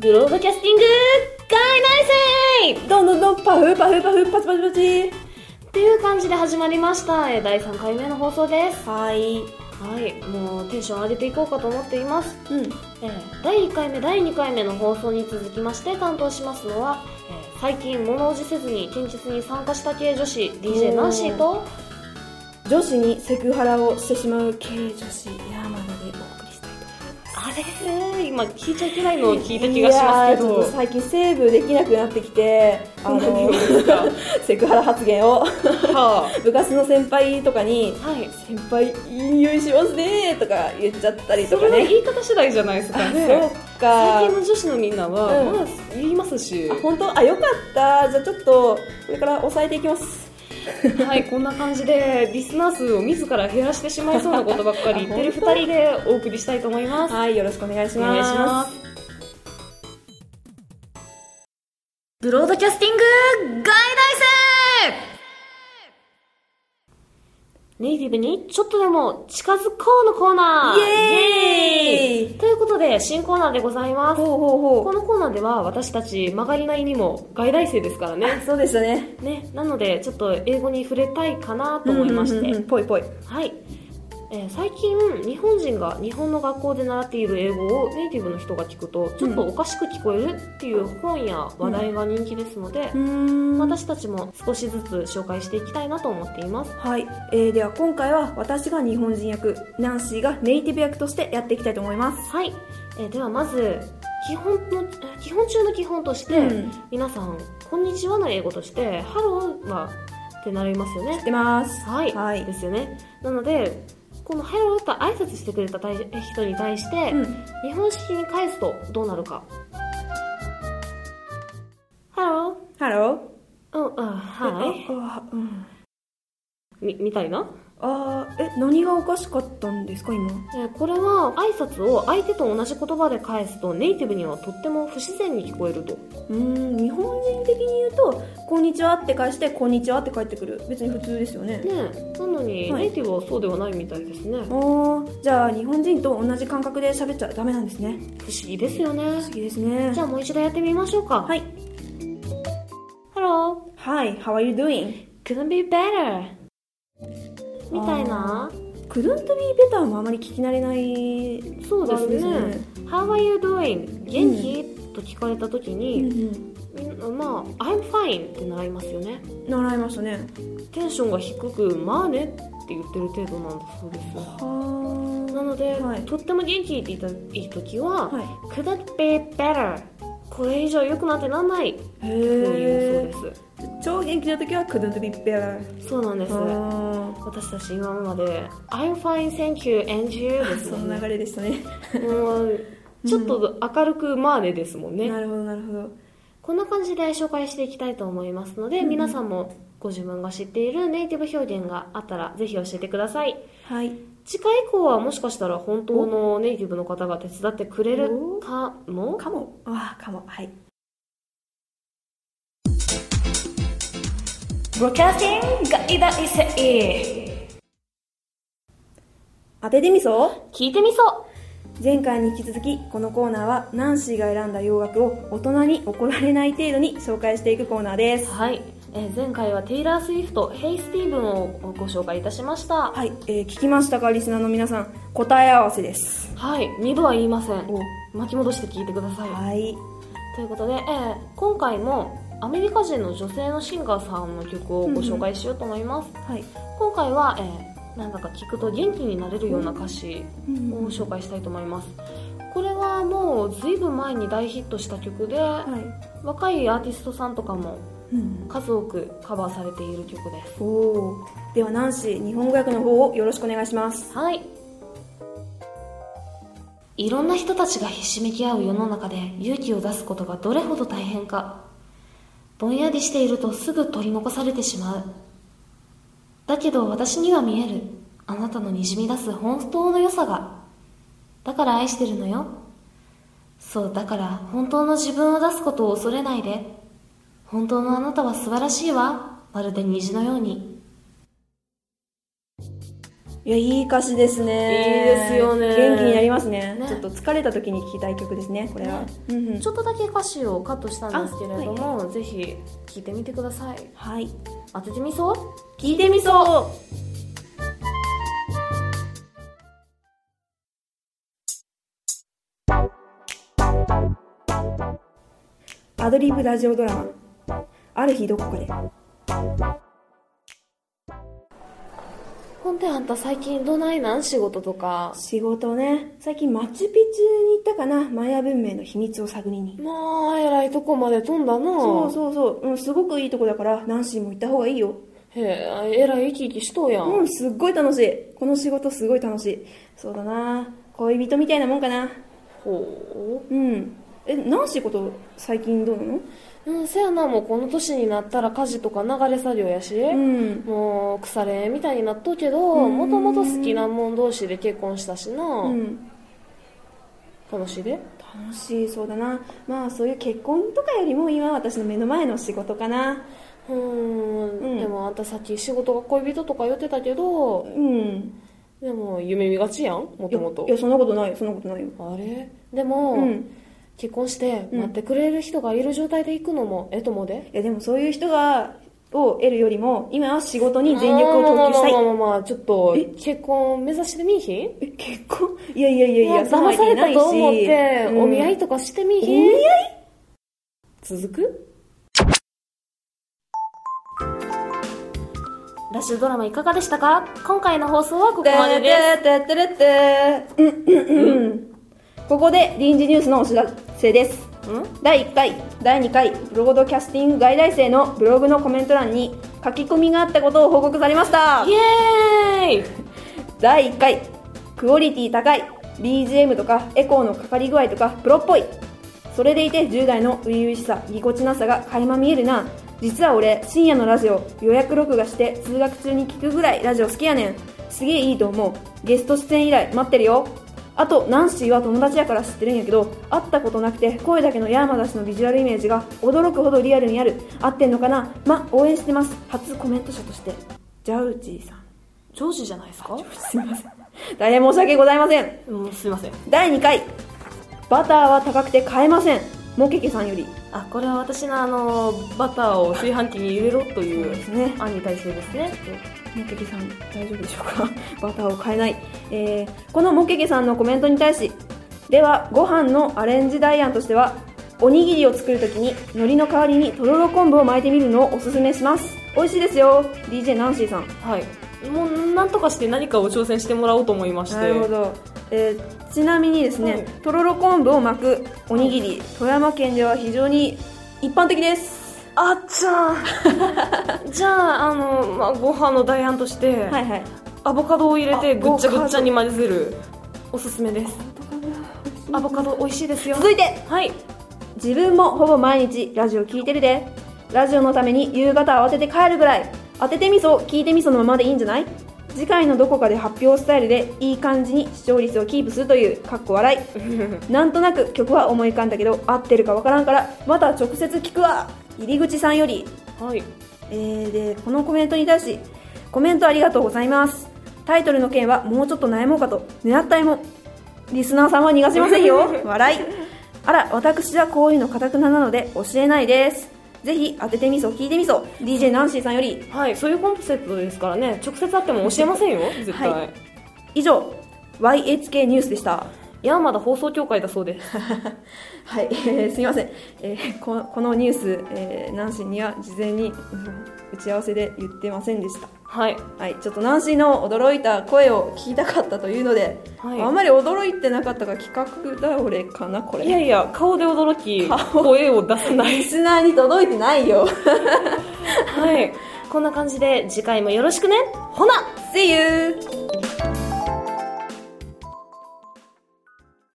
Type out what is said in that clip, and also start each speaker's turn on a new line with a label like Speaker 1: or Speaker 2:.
Speaker 1: グローブキャスティング外来生
Speaker 2: どんどんどんパフパフパフパチパチパチ
Speaker 1: っていう感じで始まりましたえー第3回目の放送です
Speaker 2: はい
Speaker 1: はいもうテンション上げていこうかと思っています
Speaker 2: うん
Speaker 1: えー第1回目第2回目の放送に続きまして担当しますのは、えー最近物おじせずに堅実に参加した系女子 DJ ナンシーと
Speaker 2: 女子にセクハラをしてしまう系女子山田でお送りしたいと思います
Speaker 1: あれ今聞いちゃいけないのを聞いた気がしますけ
Speaker 2: いやーちょっと
Speaker 1: ど
Speaker 2: 最近セーブできなくなってきてあのセクハラ発言を
Speaker 1: は
Speaker 2: 部活の先輩とかに
Speaker 1: あ はい
Speaker 2: 「先輩いい匂いしますね」とか言っちゃったりと
Speaker 1: そ
Speaker 2: か
Speaker 1: れは
Speaker 2: ね
Speaker 1: 言い方次第じゃないですか
Speaker 2: あ
Speaker 1: ね
Speaker 2: そう
Speaker 1: 最近
Speaker 2: か
Speaker 1: の女子のみんなは、
Speaker 2: うん
Speaker 1: まあ言いますし
Speaker 2: あ本当あよかったじゃあちょっとこれから抑えていきます
Speaker 1: はいこんな感じでリスナー数を自ら減らしてしまいそうなことばっかり言ってる
Speaker 2: あ本当
Speaker 1: 2人でお送りしたいと思います
Speaker 2: はいよろしくお願いし
Speaker 1: お願い
Speaker 2: ま
Speaker 1: し
Speaker 2: す
Speaker 1: ますブロードキャスティング外来生ネイティブにちょっとでも近づこうのコーナー
Speaker 2: イエーイ
Speaker 1: イエということで新コーナーでございます
Speaker 2: ほうほうほ
Speaker 1: このコーナーでは私たち曲がりなりにも外来生ですから
Speaker 2: う
Speaker 1: ね
Speaker 2: あそうでしたね
Speaker 1: ねなのでちょっと英語に触れたいかなと思いまして、
Speaker 2: うんうんうんうんぽいぽい
Speaker 1: はい、えー最近日本人が日本の学校で習っている英語をネイティブの人が聞くとちょっとおかしく聞こえるっていう本や話題が人気ですので、
Speaker 2: ん
Speaker 1: 私たちも少しずつ紹介していきたいなと思っています
Speaker 2: はい、えー、では今回は私が日本人役ナンシーがネイティブ役としてやっていきたいと思います
Speaker 1: はい、えーではまず基本のえー基本中の基本として、
Speaker 2: うん
Speaker 1: 皆さん「こんにちは」の英語として「ハロー」はってなりますよね
Speaker 2: やってます
Speaker 1: はい、
Speaker 2: はい
Speaker 1: ですよねなのでこの「ハロー」と挨拶してくれた対人に対して、
Speaker 2: うん
Speaker 1: 日本式に返すとどうなるか Hello
Speaker 2: ハロ
Speaker 1: うんうん
Speaker 2: ー
Speaker 1: はい
Speaker 2: ああうん
Speaker 1: みみたいな、
Speaker 2: あーえ何がおかしかったんですか今
Speaker 1: えーこれは挨拶を相手と同じ言葉で返すとネイティブにはとっても不自然に聞こえると
Speaker 2: うん日本人的に言うと「こんにちは」って返して「こんにちは」って返ってくる別に普通ですよね
Speaker 1: ねえなのに、
Speaker 2: はい
Speaker 1: ネイティブはそうではないみたいですね
Speaker 2: あーじゃあ日本人と同じ感覚で喋っちゃダメなんですね
Speaker 1: 不思議ですよね
Speaker 2: 不思議ですね
Speaker 1: じゃあもう一度やってみましょうか
Speaker 2: はい
Speaker 1: Hello
Speaker 2: Hi, how are you doing?
Speaker 1: couldn't be better みたいな
Speaker 2: Couldn't be better もあまり聞き慣れない
Speaker 1: そうですね
Speaker 2: そうです
Speaker 1: How are you doing? 元気、と聞かれた時に、
Speaker 2: うん
Speaker 1: みんなまあ「I'm fine」って習いますよね
Speaker 2: うん、習いましたね
Speaker 1: テンションが低く「まあね」って言ってる程度なんだそうですよな
Speaker 2: は
Speaker 1: ので、
Speaker 2: はい
Speaker 1: とっても元気って言ったいい時は「
Speaker 2: はい
Speaker 1: Could be better」これ以上良くなってなんないと
Speaker 2: あへ
Speaker 1: いう
Speaker 2: え
Speaker 1: そうです、
Speaker 2: 超元気な時は couldn't be better
Speaker 1: そうなんです
Speaker 2: あ
Speaker 1: 私たち今まで「I'm fine thank you and you」で
Speaker 2: ー
Speaker 1: す
Speaker 2: そ
Speaker 1: も ん
Speaker 2: の流
Speaker 1: ね
Speaker 2: れでしたね
Speaker 1: もうちょっと明るく「まあね」ですもんね、
Speaker 2: なるほどなるほど
Speaker 1: こんな感じで紹介していきたいと思いますので、
Speaker 2: うん
Speaker 1: 皆さんもご自分が知っているネイティブ表現があったらぜひ教えてください
Speaker 2: はい
Speaker 1: 次回以降はもしかしたら本当のネイティブの方が手伝ってくれるかも
Speaker 2: かもああかもはい
Speaker 1: ブロキャスティング外大生
Speaker 2: 当ててみそ
Speaker 1: 聞いてみそう
Speaker 2: 前回に引き続きこのコーナーはナンシーが選んだ洋楽を大人に怒られない程度に紹介していくコーナーで
Speaker 1: う
Speaker 2: す
Speaker 1: はい、えー前回はテイラー・スウィフト「ヘイ・スティーブン」をご紹介いたしました
Speaker 2: はい、えー、聞きましたかリスナーの皆さん答え合わせです
Speaker 1: はい二度は言いません
Speaker 2: お
Speaker 1: 巻き戻して聞いてください
Speaker 2: はい
Speaker 1: ということで、えー今回もアメリカ人の女性のシンガーさんの曲をご紹介しようと思います、
Speaker 2: はい、
Speaker 1: 今回は、えーなんだか聞くと元気になれるような歌詞を紹介したいと思いますこれはもうずいぶん前に大ヒットした曲で、
Speaker 2: はい
Speaker 1: 若いアーティストさんとかも
Speaker 2: うん
Speaker 1: 数多くカバーされている曲で
Speaker 2: おおではナンシー日本語訳の方をよろしくお願いします
Speaker 1: すはいいろんな人たちがひしめき合う世の中で勇気を出すことがどれほど大変かぼんやりしているとすぐ取り残されてしまうだけど私には見えるあなたのにじみ出す本当の良さがだから愛してるのよそうだから本当の自分を出すことを恐れないで本当のあなたは素晴らしいわまるで虹のように
Speaker 2: いや、いい歌詞です
Speaker 3: い
Speaker 2: ね。
Speaker 3: いですよね
Speaker 2: 元気になりますね。
Speaker 1: ね
Speaker 2: ちょっと疲れた時に聴きたい曲ですね、これは。
Speaker 1: ね
Speaker 2: うんうん
Speaker 1: ちょっとだけ歌詞をカットしたんですけれども、ぜひ聞いてみてください
Speaker 2: はい。
Speaker 1: 当ててみそう
Speaker 2: 聞いてみそうアドリブラジオドラマ「ある日どこかで」
Speaker 1: ほんであんた最近どないなん仕事とか
Speaker 2: 仕事ね最近マチュピチュに行ったかなマヤ文明の秘密を探りに
Speaker 1: まあえらいとこまで飛んだな
Speaker 2: そうそうそう、うん、すごくいいとこだからナンシーも行った方がいいよ
Speaker 1: へええらい生き生きしとうやん、
Speaker 2: うんすっごい楽しいこの仕事すごい楽しいそうだな恋人みたいなもんかな
Speaker 1: ほ
Speaker 2: うんえナンシーこと最近どうなの
Speaker 1: ううんせやなもうこの年になったら家事とか流れ作業やし、
Speaker 2: うん
Speaker 1: もう腐れ縁みたいになっとうけど
Speaker 2: うん
Speaker 1: もともと好きなもん同士で結婚したしな、
Speaker 2: うん
Speaker 1: 楽しいで
Speaker 2: 楽しいそうだなまあそういう結婚とかよりも今私の目の前の仕事かな
Speaker 1: うーん、
Speaker 2: うん
Speaker 1: でもあんたさっき仕事が恋人とか言ってたけど
Speaker 2: うん
Speaker 1: でも夢見がちやんもともと
Speaker 2: いやそんなことないよそんなことないよ
Speaker 1: あれでも、
Speaker 2: うん
Speaker 1: 結婚して待ってくれる人がいる状態で行くのもええと思うで
Speaker 2: いやでもそういう人がを得るよりも今は仕事に全力を投球したい
Speaker 1: まあまあまあまあまあちょっと
Speaker 2: え
Speaker 1: 結婚目指してみいひん
Speaker 2: え結婚いやいやいやい
Speaker 1: いや
Speaker 2: やそんなわ
Speaker 1: 騙
Speaker 2: け
Speaker 1: され
Speaker 2: な
Speaker 1: た
Speaker 2: いし
Speaker 1: と思って、
Speaker 2: うん
Speaker 1: お見合いとかしてみい
Speaker 2: お
Speaker 1: ひん
Speaker 2: 見合い
Speaker 1: 続くラッシュドラマいかがでしたか今回の放送はここまでです
Speaker 2: ててててててうんうんうんここで臨時ニュースのお知らせです
Speaker 1: ん
Speaker 2: 第1回第2回ブロードキャスティング外来生のブログのコメント欄に書き込みがあったことを報告されました
Speaker 1: イエーイ
Speaker 2: 第1回クオリティ高い BGM とかエコーのかかり具合とかプロっぽいそれでいて10代の初々しさぎこちなさが垣間見えるな実は俺深夜のラジオ予約録画して通学中に聞くぐらいラジオ好きやねんすげえいいと思うゲスト出演以来待ってるよあとナンシーは友達やから知ってるんやけど会ったことなくて声だけのヤーマダ氏のビジュアルイメージが驚くほどリアルにある合ってんのかなま応援してます初コメント者としてジャウジーさん
Speaker 1: ジョージじゃないですか
Speaker 2: すみません。 大変申し訳ございません。
Speaker 1: うんすいません
Speaker 2: 第2回。バターは高くて買えません。モケケさんより。
Speaker 1: あこれは私のあのバターを炊飯器に入れろとい
Speaker 2: そう
Speaker 1: う
Speaker 2: ですね。
Speaker 1: 案に対してですね
Speaker 2: モケケさん、大丈夫でしょうか バターを買えない。えー、このモケケさんのコメントに対し、では、ご飯のアレンジ代案としては、おにぎりを作るときに、海苔の代わりにとろろ昆布を巻いてみるのをおすすめします。美味しいですよ。DJ ナンシーさん。
Speaker 1: はいもうなんとかして何かを挑戦してもらおうと思いまして
Speaker 2: なるほど、えーちなみにですね、
Speaker 1: はい
Speaker 2: とろろ昆布を巻くおにぎり、富山県では非常に一般的です
Speaker 1: あっちゃん じゃああの、まあ、ご飯の代案として、
Speaker 2: はいはい
Speaker 1: アボカドを入れて
Speaker 2: あ
Speaker 1: ぐっちゃぐっちゃに混ぜるおすすめですアボカド美味しいですよ
Speaker 2: 続いて
Speaker 1: はい
Speaker 2: 自分もほぼ毎日ラジオ聞いてるでラジオのために夕方慌てて帰るぐらい当ててみそ聞いてみそのままでいいんじゃない次回のどこかで発表スタイルでいい感じに視聴率をキープするというかっこ笑いなんとなく曲は思い浮かんだけど合ってるかわからんからまた直接聞くわ入り口さんより
Speaker 1: はい
Speaker 2: えーでこのコメントに対しコメントありがとうございますタイトルの件はもうちょっと悩もうかと狙ったいもリスナーさんは逃がしません よ笑いあら私はこういうのかたくななので教えないですぜひ当ててみそ聞いてみそ DJ ナンシーさんより
Speaker 1: はいそういうコンセプトですからね直接会っても教えませんよ絶対、
Speaker 2: はい以上 YHK ニュースでした
Speaker 1: ヤーマダ放送協会だそうです
Speaker 2: はい、えーすみません、えーここのニュース、えーナンシーには事前にうん打ち合わせで言ってませんでした
Speaker 1: はい
Speaker 2: はい、ちょっとナンシーの驚いた声を聞きたかったというので、
Speaker 1: はい
Speaker 2: あんまり驚いてなかったが企画倒れかなこ
Speaker 1: いや
Speaker 2: れ
Speaker 1: いや顔で驚き声を出せない
Speaker 2: リスナーに届いてないよ
Speaker 1: はいこんな感じで次回もよろしくねほな
Speaker 2: See you!